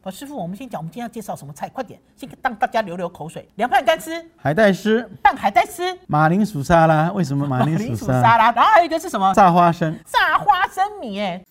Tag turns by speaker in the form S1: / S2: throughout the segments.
S1: 好，哦师傅，我们先讲，我们今天要介绍什么菜？快点，先让大家流流口水。凉拌干丝，
S2: 海带丝、
S1: 拌海带丝，
S2: 马铃薯沙拉，为什么马铃薯
S1: 薯沙
S2: 沙拉？
S1: 拉，然后还有一个是什么？
S2: 炸花生，
S1: 炸花生米，哎，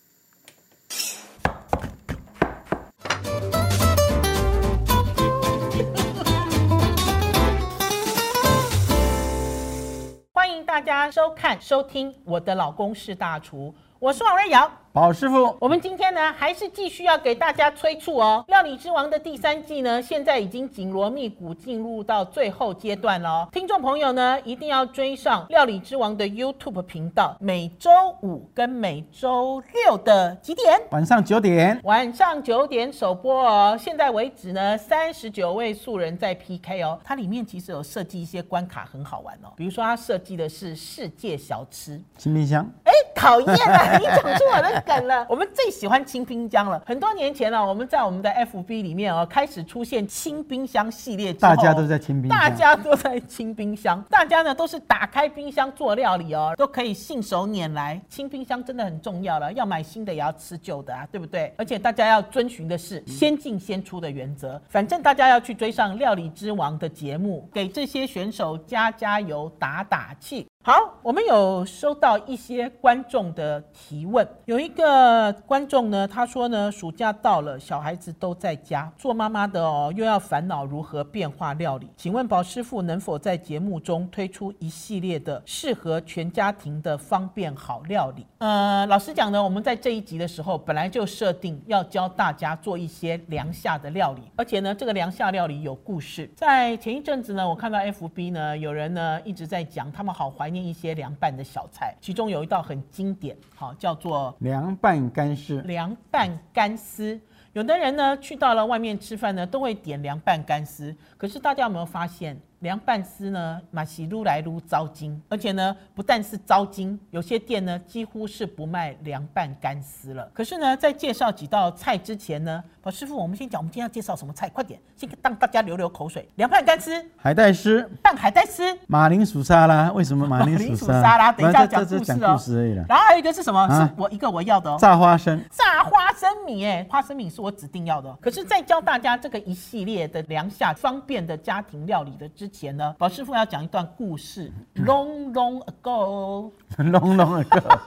S1: 欢迎大家收看、收听《我的老公是大厨》，我是王瑞瑶。
S2: 宝师傅，
S1: 我们今天呢，还是继续要给大家催促哦，《料理之王》的第三季呢，现在已经紧锣密鼓进入到最后阶段了哦。听众朋友呢，一定要追上《料理之王》的 YouTube 频道，每周五跟每周六的几点？
S2: 晚上九点，
S1: 晚上九点首播哦。现在为止呢，三十九位素人在 PK 哦。它里面其实有设计一些关卡，很好玩哦。比如说，它设计的是世界小吃，
S2: 新冰箱，
S1: 哎，讨厌啊！你讲出我的梗 了。我们最喜欢清冰箱了。很多年前啊呢、我们在我们的 FB 里面哦，开始出现清冰箱系列之后，啊
S2: 大家都在清冰箱
S1: 哦大家都在清冰箱，大家呢都是打开冰箱做料理哦，都可以信手拈来。清冰箱真的很重要了，要买新的也要吃旧的啊，对不对？而且大家要遵循的是
S2: 嗯
S1: 先进先出的原则。反正大家要去追上《料理之王》的节目，给这些选手加加油、打打气。好，我们有收到一些观众的提问，有一个观众呢，他说呢，暑假到了，小孩子都在家，做妈妈的哦，又要烦恼如何变化料理。请问宝师傅能否在节目中推出一系列的适合全家庭的方便好料理？呃，老实讲呢，我们在这一集的时候本来就设定要教大家做一些凉夏的料理，而且呢，这个凉夏料理有故事。在前一阵子呢，我看到 FB 呢有人呢一直在讲，他们好怀念一些凉拌的小菜，其中有一道很经典，好叫做
S2: 凉拌干丝，
S1: 凉拌干丝。有的人呢，去到了外面吃饭呢，都会点凉拌干丝。可是大家有没有发现，凉拌丝呢，马西撸来撸糟精，而且呢，不但是糟精，有些店呢几乎是不卖凉拌干丝了。可是呢，在介绍几道菜之前呢，宝师傅，我们先讲我们今天要介绍什么菜，快点，先让大家流流口水。凉拌干丝，
S2: 海带丝，
S1: 拌海带丝，
S2: 马铃薯沙拉，为什么马铃
S1: 马铃薯
S2: 薯
S1: 沙拉等一下
S2: 这
S1: 讲
S2: 这
S1: 故事
S2: 讲
S1: 哦
S2: 故事而已了。
S1: 然后还有一个是什么？
S2: 啊
S1: 是我一个我要的哦。
S2: 炸花生，
S1: 炸花生米，哎，花生米是我指定要的哦。可是，在教大家这个一系列的凉夏方便的家庭料理的之前呢，宝师傅要讲一段故 事。Long long ago，
S2: 隆隆 的个，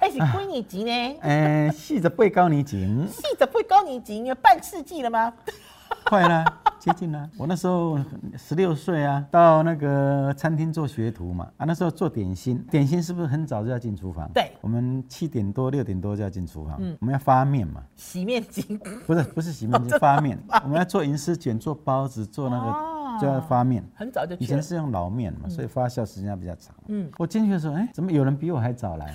S1: 哎，是归你级呢？
S2: 哎，细着背高你紧，
S1: 细着会高你级，你有半世纪了吗？
S2: 快啦，接近啦。我那时候十六岁啊，到那个餐厅做学徒嘛，啊，那时候做点心，点心是不是很早就要进厨房？
S1: 对
S2: 我们七点多六点多就要进厨房，我们要发面嘛。
S1: 洗面巾
S2: 不是不是洗面，是哦发面。我们要做银丝卷，做包子，做那
S1: 哦
S2: 个就要发面。
S1: 很早就
S2: 以
S1: 去了
S2: 前。是用老面嘛，所以发酵时间要比较长。嗯，我进去的时候，哎，怎么有人比我还早 来？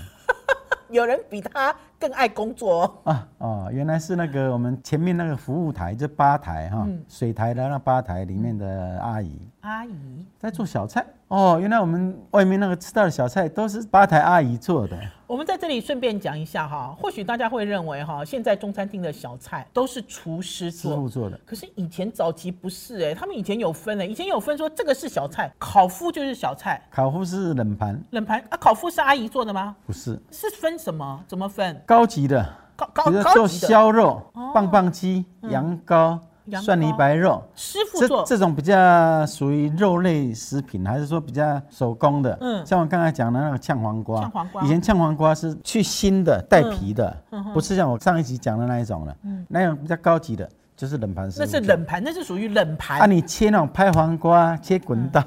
S1: 有人比他更爱工作哦。
S2: 啊哦，原来是那个我们前面那个服务台，这吧台哈，水台的那吧台里面的阿姨
S1: 阿姨，
S2: 在做小菜。哦，原来我们外面那个吃到的小菜都是吧台阿姨做的。
S1: 我们在这里顺便讲一下哈，或许大家会认为哈，现在中餐厅的小菜都是厨师
S2: 师
S1: 做
S2: 傅做的，
S1: 可是以前早期不是哎、他们以前有分哎、以前有分说这个是小菜，烤麸就是小菜，
S2: 烤麸是冷盘，
S1: 冷盘啊，烤麸是阿姨做的吗？
S2: 不是
S1: 是分什么？怎么分？
S2: 高级的，
S1: 高
S2: 比
S1: 高
S2: 如说
S1: 高
S2: 做
S1: 级的哦嗯
S2: 削肉、棒棒鸡、羊羔、
S1: 羊
S2: 蒜泥
S1: 羔
S2: 白肉，
S1: 师傅
S2: 这
S1: 做，
S2: 这种比较属于肉类食品，还是说比较手工的？
S1: 嗯
S2: 嗯，像我刚才讲的那个呛黄瓜，
S1: 呛黄瓜嗯
S2: 以前呛黄瓜是去腥的、带皮的，不是像我上一集讲的那一种了。那种比较高级的，就是冷盘食物
S1: 那
S2: 做。
S1: 是冷盘，那是属于冷
S2: 啊，
S1: 盘、
S2: 你切那种拍黄瓜、切滚刀、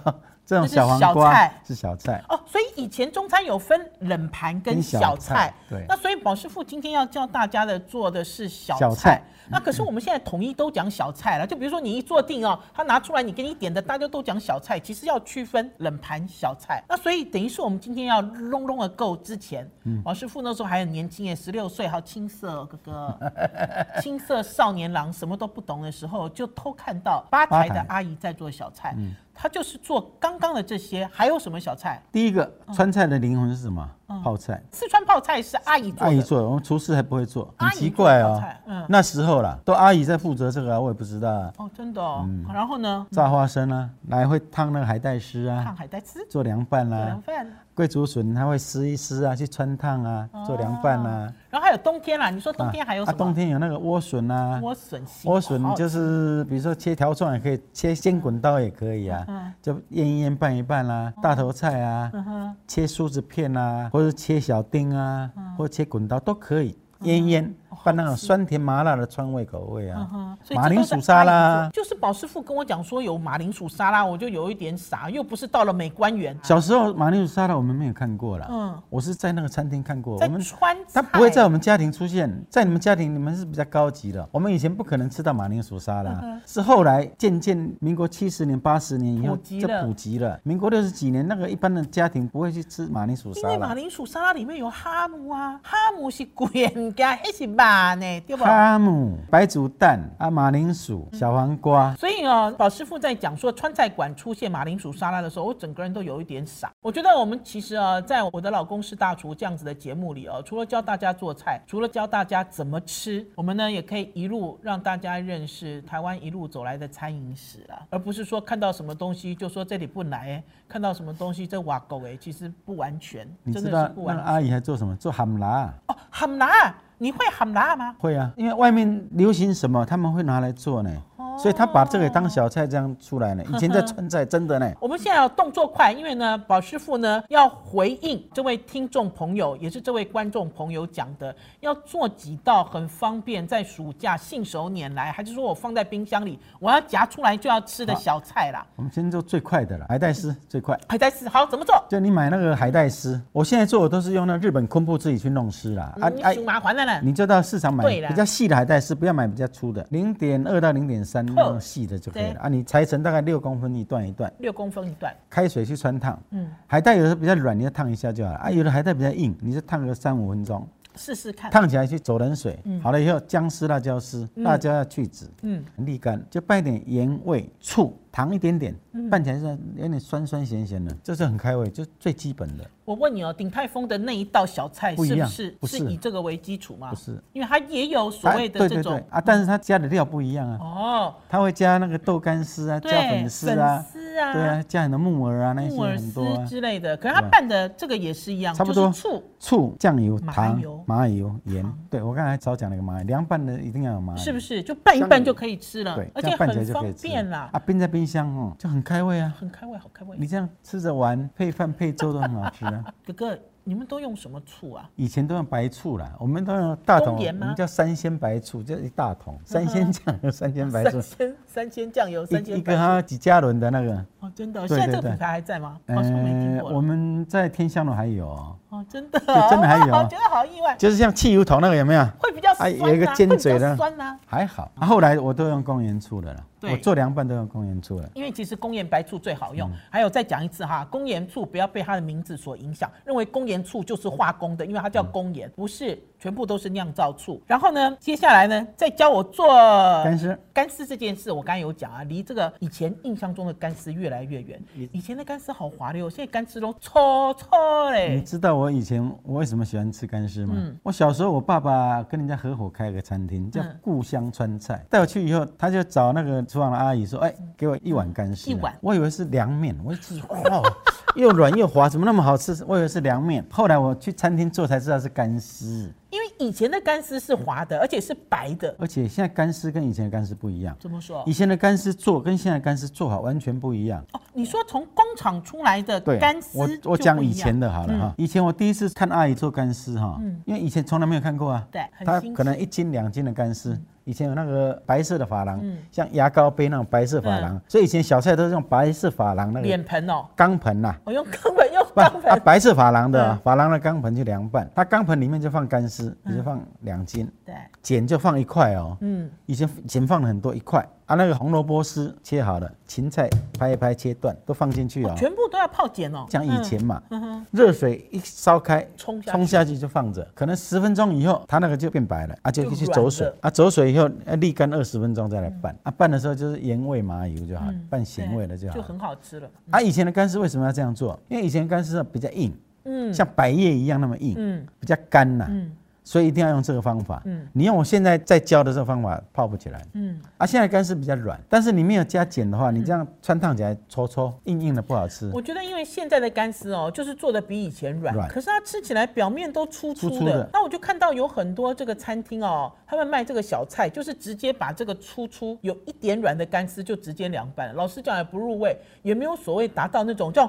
S2: 这种
S1: 嗯那是
S2: 小黄
S1: 小
S2: 瓜
S1: 菜
S2: 是小菜。
S1: 哦。所以以前中餐有分冷盘跟
S2: 跟
S1: 小
S2: 小
S1: 菜，
S2: 菜对
S1: 那所以宝师傅今天要教大家的做的是小菜。
S2: 小菜嗯
S1: 那可是我们现在统一都讲小菜了，就比如说你一坐定哦，他拿出来你给你点的，大家都讲小菜，其实要区分冷盘小菜。那所以等于是我们今天要隆隆的够之前，
S2: 嗯
S1: 王师傅那时候还很年轻耶，十六岁，好青涩哦哥 哥，青涩少年郎，什么都不懂的时候，就偷看到吧台的
S2: 吧台嗯
S1: 阿姨在做小菜，她就是做刚刚的这些，还有什么小菜？嗯
S2: 第一个川菜的灵魂是什么？泡菜。
S1: 四川泡菜是阿姨嗯做的，
S2: 阿姨做的，我们厨师还不会做，很
S1: 阿姨
S2: 奇
S1: 做
S2: 怪
S1: 的泡
S2: 哦
S1: 菜嗯。
S2: 那时候啦，都阿姨在负责这个啊，我也不知道啊。
S1: 哦，真的哦。然后呢，
S2: 炸花生啊，来会烫那个海带丝
S1: 烫
S2: 啊，
S1: 海带丝、
S2: 做凉拌啦、
S1: 做凉饭，
S2: 贵竹笋它会撕一撕啊，去穿烫啊，做凉拌啊。
S1: 然后还有冬天啦。你说哦冬天还有
S2: 啊
S1: 什
S2: 啊冬
S1: 么？
S2: 天有那个莴笋啊，
S1: 莴笋心，
S2: 莴笋
S1: 好好
S2: 就是比如说切条状也可以，切煎滚刀也可以
S1: 嗯
S2: 啊，就腌一腌拌一拌啦、大头菜啊，切梳子片
S1: 嗯
S2: 啊，或者切小丁啊，或者切滚刀都可以，
S1: 嗯
S2: 腌一腌拌那种酸甜麻辣的川味口味啊
S1: 哦嗯，所以
S2: 马
S1: 这都
S2: 铃
S1: 是
S2: 薯沙
S1: 阿姨
S2: 拉啊
S1: 做。就是宝师傅跟我讲说有马铃薯沙拉，我就有一点傻，又不是到了美观园，
S2: 小时候马铃薯沙拉我们没有看过啦，
S1: 嗯
S2: 我是在那个餐厅看过，
S1: 在
S2: 我们
S1: 川菜
S2: 它不会在我们家庭出现，在你们家庭你们是比较高级的。我们以前不可能吃到马铃薯沙
S1: 嗯
S2: 拉，是后来渐渐民国七十年、八十年以后
S1: 普及
S2: 就
S1: 了
S2: 普及了。民国六十几年那个一般的家庭不会去吃马铃薯
S1: 因
S2: 沙
S1: 哎为马
S2: 拉。
S1: 铃薯沙拉里面有哈姆啊，哈姆是贵人家，那是肉呢，对吧？嗯
S2: 哈姆、白煮蛋啊，马铃薯、小黄瓜，
S1: 所以哦，宝师傅在讲说川菜馆出现马铃薯沙拉的时候，我整个人都有一点傻。我觉得我们其实啊，在我的老公是大厨这样子的节目里哦，除了教大家做菜，除了教大家怎么吃，我们呢也可以一路让大家认识台湾一路走来的餐饮史啦，而不是说看到什么东西就说这里不来欸，看到什么东西这瓦狗哎，其实不完全，
S2: 你
S1: 真
S2: 知
S1: 的
S2: 道
S1: 是不
S2: 那
S1: 完
S2: 个
S1: 全。
S2: 阿姨还做什么？做哈姆拉。
S1: 哦，很辣，你会很辣吗？
S2: 会啊，因为外面流行什么，他们会拿来做呢，
S1: 哦
S2: 所以他把这个当小菜这样出来呢。以前在川菜真 的呢，
S1: 我们现在要动作快，因为呢，宝师傅呢要回应这位听众朋友，也是这位观众朋友讲的，要做几道很方便，在暑假信手拈来，还是说我放在冰箱里，我要夹出来就要吃的小菜啦。
S2: 我们先做最快的了，海带丝最快。
S1: 还在试，好怎么做？
S2: 就你买那个海带丝，我现在做的都是用那日本昆布自己去弄丝啦。
S1: 啊，你挺麻烦的呢。
S2: 你就到市场买
S1: 对啦
S2: 比较细的海带丝，不要买比较粗的，零点二到零点三那种细的就可以
S1: 对
S2: 了啊。你裁成大概六公分一段一段，
S1: 六公分一段，
S2: 开水去穿烫。
S1: 嗯
S2: 嗯，海带有的比较软，你就烫一下就好了啊。有的海带比较硬，你就烫个三五分钟，
S1: 试试看。
S2: 烫起来去走冷水。好了以后，姜丝、辣椒丝，辣椒要去籽，
S1: 嗯
S2: 嗯，沥干，就拌一点盐味、醋、糖一点点，
S1: 嗯
S2: 拌起来是有点酸酸咸咸的，这是很开胃，就最基本的。
S1: 我问你哦，鼎泰丰的那一道小菜
S2: 不一
S1: 是不
S2: 样
S1: 是
S2: 不
S1: 是
S2: 是
S1: 以这个为基础吗？
S2: 不是，
S1: 因为它也有所谓
S2: 啊
S1: 的这种
S2: 啊，但是它加的料不一样啊，
S1: 哦，
S2: 它会加那个豆干丝啊，
S1: 对，
S2: 加粉丝啊，
S1: 丝啊
S2: 对啊，加很多木耳啊，那些
S1: 木耳
S2: 很多
S1: 丝
S2: 啊，
S1: 之类的，可是它
S2: 对吧
S1: 拌的这个也是一样，
S2: 差不多
S1: 就是醋。
S2: 醋、酱油、
S1: 麻
S2: 糖
S1: 油、
S2: 麻油、盐。对我刚才少讲了一个麻油，凉拌的一定要有麻油，
S1: 是不？是就拌一
S2: 香
S1: 拌
S2: 油
S1: 就可以吃了
S2: 啊对，，
S1: 而且
S2: 这样拌起来
S1: 很
S2: 就可以
S1: 方
S2: 吃
S1: 便啦，
S2: 啊，冰在冰箱哦，就很开胃啊。
S1: 很开胃，好开胃
S2: 你。这样吃着玩，配饭配粥都很好吃 啊。
S1: 哥哥，你们都用什么醋啊？
S2: 以前都用白醋啦，我们都用大桶，
S1: 公
S2: 我
S1: 盐吗嗯
S2: 们叫三鲜白醋，就一大桶三鲜酱油、三鲜白醋
S1: 三，鲜三鲜酱油，三
S2: 一
S1: 鲜
S2: 一个
S1: 白
S2: 还有几加仑的那个。
S1: 哦，真的哦，现在
S2: 对
S1: 这
S2: 对
S1: 个
S2: 对
S1: 品牌还在吗？好像没听
S2: 呃，
S1: 过
S2: 我
S1: 了。
S2: 们在天香楼还有哦，
S1: 哦，真的哦，
S2: 对真的还有
S1: 我 觉得好意外，
S2: 就是像汽油桶那个有没有？
S1: 会比较酸
S2: 哎
S1: 啊，
S2: 有一个尖嘴
S1: 会比
S2: 的
S1: 较酸呐。
S2: 还好。啊后来我都用公盐醋的了，
S1: 对
S2: 我做凉拌都用公盐醋了。
S1: 因为其实公盐白醋最好
S2: 嗯
S1: 用。还有再讲一次哈，公盐醋不要被它的名字所影响，认为公盐醋就是化工的，因为它
S2: 嗯
S1: 叫公盐，不是全部都是酿造醋。然后呢，接下来呢，再教我做
S2: 但是
S1: 干丝这件事，我刚才有讲啊，离这个以前印象中的干丝越来越远。以前的干丝好滑溜，现在干丝都搓搓
S2: 你
S1: 嘞。
S2: 知道我以前我为什么喜欢吃干丝吗？我小时候我爸爸跟人家合伙开个餐厅叫
S1: 嗯
S2: 故乡川菜，带我去以后，他就找那个厨房的阿姨说：“哎，给我一碗干
S1: 嗯
S2: 丝。”
S1: 一碗
S2: 我以为是凉面，我一吃哇。 又软又滑，怎么那么好吃？我以为是凉面，后来我去餐厅做才知道是干丝。
S1: 因为以前的干丝是滑的，而且是白的。
S2: 而且现在干丝跟以前的干丝不一样，
S1: 怎么说
S2: 以？前的干丝做跟现在的干丝做好完全不一样。
S1: 哦，你说从工厂出来的
S2: 对，
S1: 干丝
S2: 我我
S1: 就
S2: 讲
S1: 不一
S2: 以前
S1: 样嗯
S2: 的好了哈，以前我第一次看阿姨做干丝哈，因为以前从来没有看过啊，
S1: 对很
S2: 她
S1: 新嗯
S2: 可能一斤两斤的干丝。以前有那个白色的珐琅，像牙膏杯那种白色珐
S1: 嗯
S2: 琅，所以以前小菜都是用白色珐琅那
S1: 脸
S2: 个
S1: 盆哦，
S2: 钢盆呐、
S1: 我用钢盆，用
S2: 不，
S1: 钢
S2: 啊
S1: 盆。嗯
S2: 白色珐琅的啊珐琅的钢盆去凉拌，它钢盆里面就放干丝，也就放两斤，
S1: 对，
S2: 碱就放一块哦，
S1: 嗯，
S2: 以前碱放了很多一块啊，那个红萝卜丝切好了，芹菜拍一拍切断都放进去哦。
S1: 全部都要泡碱哦。
S2: 像以前嘛，热水一烧开，
S1: 冲下去
S2: 冲下去就放着，可能十分钟以后它那个就变白了啊，就
S1: 就
S2: 去
S1: 软
S2: 走
S1: 了嗯
S2: 水啊，走水以后呃沥干二十分钟再来拌啊，拌的时候就是盐味麻油就好了，拌咸味的就
S1: 对
S2: 好
S1: 就
S2: 了。
S1: 很好吃了。
S2: 啊，以前的干丝为什么要这样做？因为以前干丝比较硬，
S1: 嗯
S2: 像百叶一样那么硬，
S1: 嗯
S2: 比较干呐、
S1: 嗯
S2: 所以一定要用这个方法。
S1: 嗯
S2: 你用我现在在教的这个方法泡不起来，
S1: 嗯，
S2: 啊，现在干是比较软，但是你没有加碱的话，你这样穿烫起来搓搓硬硬的不好吃。
S1: 我觉得因为现在的干丝哦，就是做的比以前软，
S2: 软
S1: 可是它吃起来表面都粗粗的。
S2: 粗粗的
S1: 那我就看到有很多这个餐厅哦，他们卖这个小菜，就是直接把这个粗粗有一点软的干丝就直接凉拌了。老实讲也不入味，也没有所谓达到那种叫。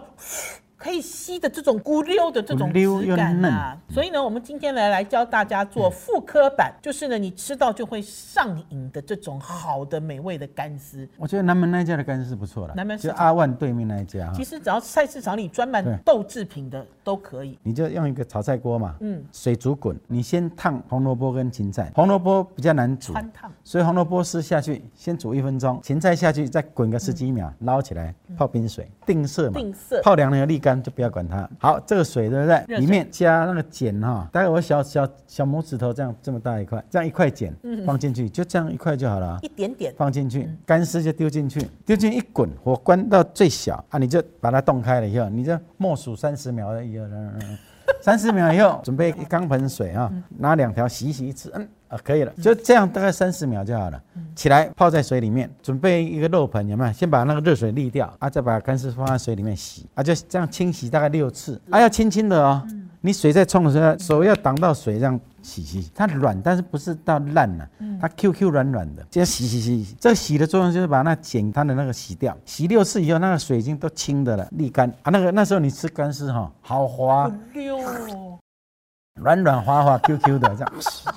S1: 可以吸的这种咕溜的这种
S2: 咕溜
S1: 质
S2: 又嗯
S1: 感啊，所以呢，我们今天来来教大家做复刻版，就是呢，你吃到就会上瘾的这种好的美味的干丝。
S2: 我觉得南门那一家的干是不错了，
S1: 南门市
S2: 就
S1: 场
S2: 阿万对面那一家哈
S1: 其，实只要菜市场里专
S2: 对
S1: 门豆制品的都可以。
S2: 你就用一个炒菜锅嘛，
S1: 嗯
S2: 水煮滚，你先烫红萝卜跟芹菜，红萝卜比较难煮，
S1: 穿烫
S2: 所以红萝卜丝下去先煮一分钟，芹菜下去再滚个十几秒，捞起来泡冰水，定色嘛，
S1: 嗯定色
S2: 泡凉了沥干就不要管它。好，这个水对不
S1: 热
S2: 对？
S1: 水
S2: 里面加那个碱哈，大概我小小小拇指头这样这么大一块，这样一块碱
S1: 嗯
S2: 放进去，就这样一块就好了啊。
S1: 一点点，
S2: 放进去，干丝就丢进去，丢进去一滚，火关到最小啊，你就把它冻开了以后，你就默数三十秒，一二 三十秒以后，准备一钢盆水啊，拿两条洗一洗一次，嗯啊，可以了，就这样大概三十秒就好了。起来泡在水里面，准备一个肉盆，有没有？先把那个热水沥掉啊，再把干丝放在水里面洗啊，就这样清洗大概六次啊，要轻轻的哦。你水在冲的时候，手要挡到水这样洗洗，它软，但是不是到烂了、它 Q Q 软软的，这样洗洗洗，这个洗的作用就是把那碱它的那个洗掉，洗六次以后，那个水已经都清的了，沥干啊，那个那时候你吃干丝哈，好滑，
S1: 溜，
S2: 软软滑滑 Q Q 的，这样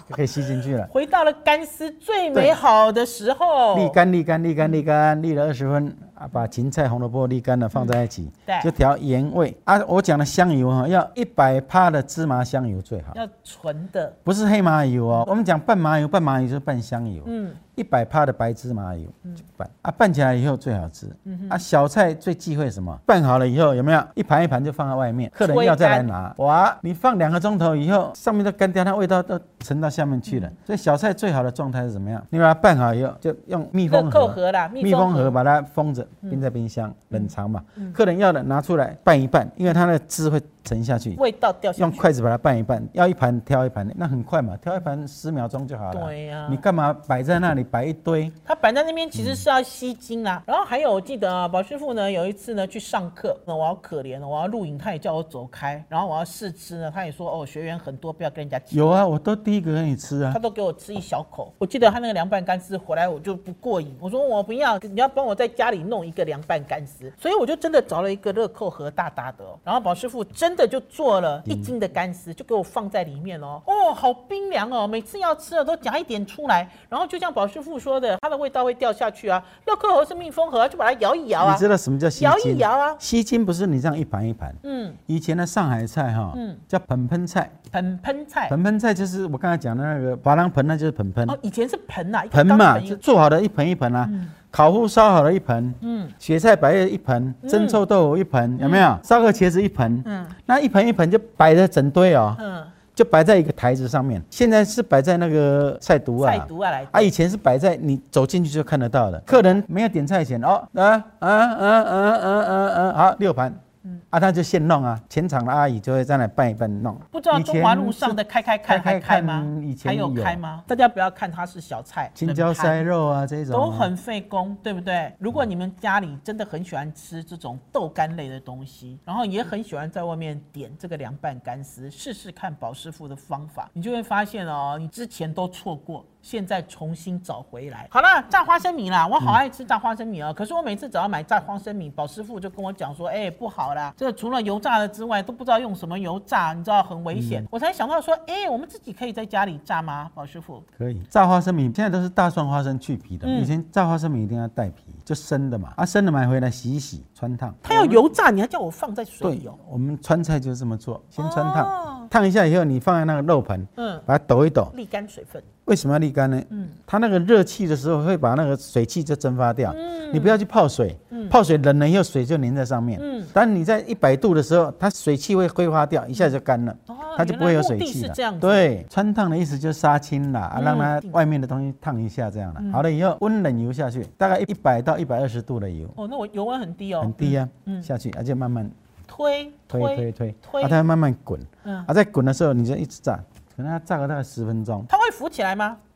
S2: 就可以吸进去了。
S1: 回到了干丝最美好的时候。
S2: 沥干，沥干，沥干，沥干，沥了二十分啊，把芹菜、红萝卜沥干了，放在一起，
S1: 对
S2: 就调盐味啊。我讲的香油哈，要一百帕的芝麻香油最好，
S1: 要纯的，
S2: 不是黑麻油哦。我们讲拌麻油，拌麻油就是拌香油，
S1: 嗯，
S2: 一百帕的白芝麻油去拌啊，拌起来以后最好吃。啊，小菜最忌讳什么？拌好了以后有没有一盘一盘就放在外面，客人
S1: 吹
S2: 要再来
S1: 干
S2: 拿。哇，你放两个钟头以后，上面都干掉，它味道都沉到下面去了。所以小菜最好的状态是怎么样？你把它拌好以后，就用密封
S1: 乐扣
S2: 盒。
S1: 盒啦，
S2: 密封盒嗯把它封着，冰在冰箱冷藏嘛。客人要的拿出来拌一拌，因为它的汁会沉下去。
S1: 味道掉下
S2: 用
S1: 去，
S2: 筷子把它拌一拌，要一盘挑一盘，那很快嘛，挑一盘十秒钟就好了。
S1: 对呀
S2: 你干嘛摆在那里摆一堆？
S1: 它摆在那边其实是要吸睛啦。
S2: 嗯
S1: 然后还有我记得啊，宝师傅呢有一次呢去上课，那我好可怜哦，我要录影，他也叫我走开，然后我要试吃呢，他也说哦学员很多，不要跟人家抢。
S2: 有啊，我都第一个给你吃啊
S1: 他。都给我吃一小口。我记得他那个凉拌干丝回来，我就不过瘾，我说我不要，你要帮我在家里弄一个凉拌干丝，所以我就真的找了一个乐扣盒大大的哦、然后宝师傅真的就做了一斤的干丝，就给我放在里面哦，哦，好冰凉哦，每次要吃了都夹一点出来，然后就像宝师傅说的，它的味道会掉下去啊。乐扣盒是密封盒，就把它摇一摇
S2: 你
S1: 啊，
S2: 知道什么叫吸
S1: 摇一
S2: 睛？
S1: 摇啊，
S2: 吸睛不是你这样一盘一盘。
S1: 嗯，
S2: 以前的上海菜哈、叫盆盆菜，
S1: 盆盆菜
S2: 盆盆菜就是我刚才讲的那个珐琅盆，那就是盆盆。
S1: 哦，以前是盆呐、一个
S2: 盆
S1: 钢
S2: 嘛，
S1: 一嗯
S2: 就
S1: 个
S2: 做好的一盆一盆啊，烤糊烧好了一盆，嗯，雪菜白叶一盆，
S1: 嗯
S2: 蒸臭豆腐一盆，有没有？烧个茄子一盆，嗯，那一盆一盆就摆着整堆哦，
S1: 嗯，
S2: 就摆在一个台子上面。现在是摆在那个菜毒啊，
S1: 菜毒啊来
S2: 啊，以前是摆在你走进去就看得到的。客人没有点菜前，哦，啊啊啊啊啊啊啊，好六盘。
S1: 嗯
S2: 啊，他就现弄啊，前场的阿姨就会在那拌一拌弄。
S1: 不知道中华路
S2: 以
S1: 上
S2: 前
S1: 的开开看
S2: 开
S1: 还
S2: 开
S1: 开
S2: 看
S1: 吗？
S2: 以前
S1: 还有
S2: 有
S1: 开吗？大家不要看它是小菜，
S2: 青椒塞
S1: 冷盘
S2: 肉啊这种啊
S1: 都很费工，对不对？如果你们家里真的很喜欢吃这种豆干类的东西，然后也很喜欢在外面点这个凉拌干丝，试试看宝师傅的方法，你就会发现哦，你之前都错过。现在重新找回来。好了，炸花生米啦，我好爱吃炸花生米哦。可是我每次只要买炸花生米，宝师傅就跟我讲说，哎、不好啦，这个除了油炸的之外，都不知道用什么油炸，你知道很危险。我才想到说，哎、我们自己可以在家里炸吗？宝师傅，
S2: 可以炸花生米，现在都是大蒜花生去皮的，
S1: 嗯
S2: 以前炸花生米一定要带皮，就生的嘛。啊，生的买回来洗一洗，穿烫。
S1: 它要油炸，你还叫我放在水
S2: 对
S1: 里哦。，
S2: 我们川菜就是这么做，先穿烫，
S1: 哦
S2: 烫一下以后，你放在那个肉盆，
S1: 嗯，
S2: 把它抖一抖。
S1: 沥干水分。
S2: 为什么要沥干呢？
S1: 嗯
S2: 它那个热气的时候会把那个水汽就蒸发掉。
S1: 嗯
S2: 你不要去泡水，泡水冷了以后水就粘在上面。
S1: 嗯
S2: 但你在一百度的时候，它水汽会挥发掉，一下就干了。
S1: 哦
S2: 它就不会有水
S1: 原来目
S2: 汽
S1: 的
S2: 了
S1: 是这样。子嗯
S2: 对，穿烫的意思就是杀青啦，啊让它
S1: 定嗯
S2: 外面的东西烫一下这样了。好了以后，温冷油下去，大概一百到一百二十度的油，
S1: 哦，那我油温很低哦，
S2: 很低啊，下去，而且慢慢
S1: 推
S2: 推推推，
S1: 推
S2: 啊，它慢慢滚，
S1: 嗯，
S2: 啊，在滚的时候你就一直炸，可能它炸个大概十分钟，
S1: 它会浮起来吗？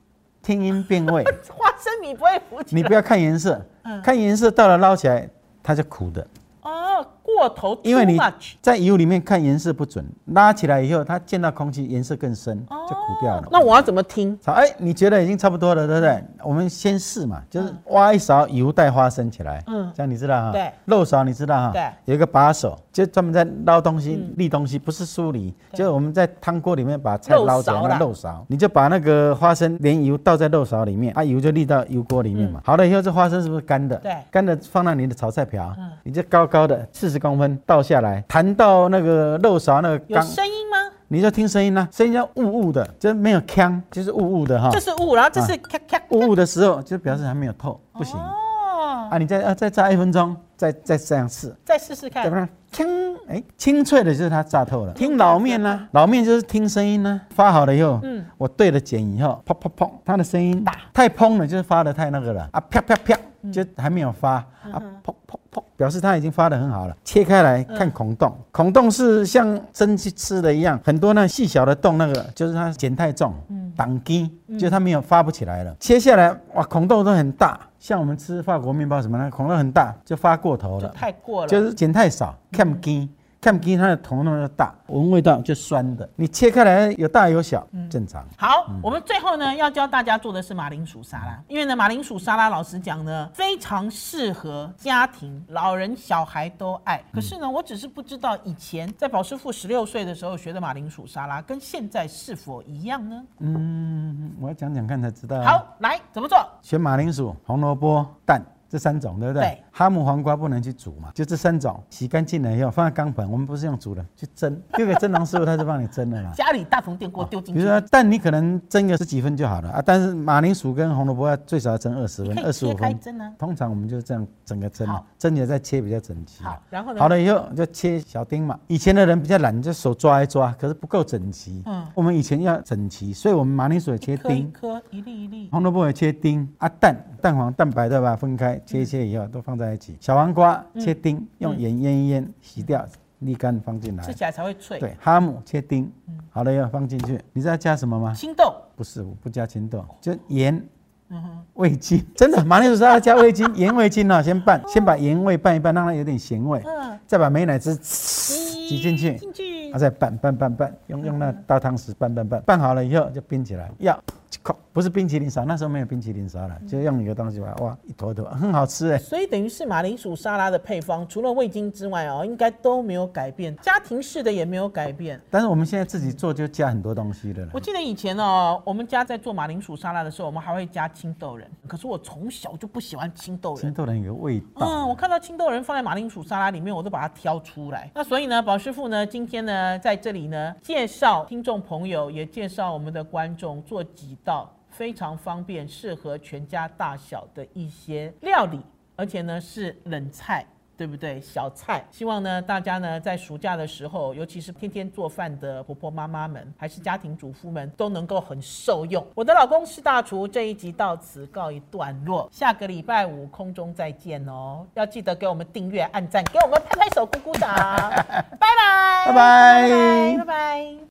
S2: 听音辨位，
S1: 花生米不会浮起来，
S2: 你不要看颜色
S1: 嗯，
S2: 看颜色到了捞起来它就苦的，
S1: 哦，过头 too
S2: 因为你
S1: much
S2: 在油里面看颜色不准，拉起来以后它见到空气颜色更深，
S1: 哦
S2: 就苦掉了。
S1: 那我要怎么听？
S2: 好，哎，你觉得已经差不多了，对不对？我们先试嘛，就是挖一勺油带花生起来，
S1: 嗯
S2: 嗯，这样你知道哈？
S1: 对
S2: 漏勺你知道哈？
S1: 对嗯
S2: 有一个把手，就专门在捞东西、沥东西，不是梳理，
S1: 对
S2: 就是我们在汤锅里面把菜
S1: 漏
S2: 捞起来，
S1: 勺啦
S2: 那漏勺，你就把那个花生连油倒在漏勺里面，啊，油就沥到油锅里面嘛。好了以后，这花生是不是干的？
S1: 嗯对嗯
S2: 干的放到你的炒菜瓢，你就高高的四十公分倒下来，弹到那个漏勺那个
S1: 有
S2: 缸，
S1: 声音吗？
S2: 你就听声音啦、啊声音叫呜呜的，就是没有锵，就是呜呜的哈。
S1: 这是雾，然后这是咔咔
S2: 雾雾的时候，就表示还没有透，啊不行、
S1: 哦，
S2: 啊！你再啊再炸一分钟，再再这样试，
S1: 再试试
S2: 再
S1: 看
S2: 不。然，清哎清脆的就是它炸透了。听老面呢、老面就是听声音呢、发好了以后，
S1: 嗯
S2: 我对了剪以后，砰砰砰，它的声音太砰了，就是发的太那个了啊，啪啪啪，
S1: 嗯
S2: 就还没有发、啊，砰砰砰，表示它已经发的很好了。切开来
S1: 嗯
S2: 看孔洞，孔洞是像蒸去吃的一样，很多那细小的洞，那个就是它剪太重，
S1: 嗯
S2: 挡筋，就是它没有发不起来了。切下来哇，孔洞都很大。像我们吃法国面包什么呢？孔洞很大，就发过头
S1: 就
S2: 了。
S1: 太过了，嗯
S2: 就是剪太少，看筋，看筋它的头那就大，闻味道就酸的。你切开来有大有小，
S1: 嗯
S2: 正常。
S1: 好，我们最后呢要教大家做的是马铃薯沙拉，因为呢马铃薯沙拉老实讲呢非常适合家庭，老人小孩都爱。
S2: 嗯
S1: 可是呢，我只是不知道以前在宝师傅十六岁的时候学的马铃薯沙拉跟现在是否一样呢？
S2: 嗯，我要讲讲看才知道。，啊
S1: 好，来怎么做？
S2: 选马铃薯、红萝卜、蛋。这三种对不对？
S1: 对
S2: 哈姆黄瓜不能去煮嘛，就这三种，洗干净了以后放在钢盆，我们不是用煮的，去蒸。丢给蒸笼师傅，他就帮你 蒸了啦。
S1: 家里大同电锅丢进
S2: 比
S1: 去
S2: 如，说蛋，你可能蒸个十几分就好了啊，但是马铃薯跟红萝卜要最少要蒸二十分
S1: 你、可
S2: 二
S1: 以
S2: 十
S1: 切
S2: 五
S1: 开
S2: 分。
S1: 蒸啊。
S2: 通常我们就这样整个蒸
S1: 好
S2: 嘛，蒸起来再切比较整齐啊。
S1: 好，然后呢？
S2: 好了以后就切小丁嘛。以前的人比较懒，就手抓一抓，可是不够整齐。
S1: 嗯
S2: 嗯，我们以前要整齐，所以我们马铃薯也切
S1: 一颗一
S2: 丁，
S1: 颗，一粒一粒。
S2: 红萝卜也切丁啊，蛋蛋黄、蛋白对吧？分开切一切以后都放在一起。小黄瓜切丁，用盐腌一腌，洗掉，沥干放进
S1: 吃
S2: 来。
S1: 起来才会脆。
S2: 对，哈姆切丁，好了以后放进去。你知道加什么吗？
S1: 青豆，
S2: 不是，我不加青豆，就盐
S1: 嗯哼，
S2: 味精。真的，马铃薯沙拉加味精， 盐味精啊，先拌，先把盐味拌一拌，让它有点咸味，
S1: 嗯，
S2: 再把美乃滋
S1: 咦
S2: 挤进去。
S1: 进去
S2: 啊，，再拌拌拌拌，用用那大汤匙拌拌拌，拌好了以后就冰起来，要靠不是冰淇淋勺，那时候没有冰淇淋勺了，
S1: 嗯
S2: 就用一个东西把它哇一坨坨，很好吃哎。
S1: 所以等于是马铃薯沙拉的配方，除了味精之外哦，应该都没有改变，家庭式的也没有改变。
S2: 但是我们现在自己做就加很多东西的了
S1: 我，记得以前哦，我们家在做马铃薯沙拉的时候，我们还会加青豆仁。可是我从小就不喜欢青豆
S2: 青
S1: 仁。
S2: 豆仁有个味
S1: 嗯，
S2: 道，
S1: 我看到青豆仁放在马铃薯沙拉里面，我都把它挑出来。那所以呢，宝师傅呢，今天呢，在这里呢，介绍听众朋友，也介绍我们的观众做几道非常方便、适合全家大小的一些料理，而且呢是冷菜。对不对？小菜，希望呢大家呢在暑假的时候，尤其是天天做饭的婆婆妈妈们，还是家庭主妇们，都能够很受用。我的老公是大厨，这一集到此告一段落，下个礼拜五空中再见哦！要记得给我们订 阅、按赞，给我们拍拍手、鼓鼓掌，拜拜，
S2: 拜
S1: 拜
S2: 拜
S1: 拜，拜拜。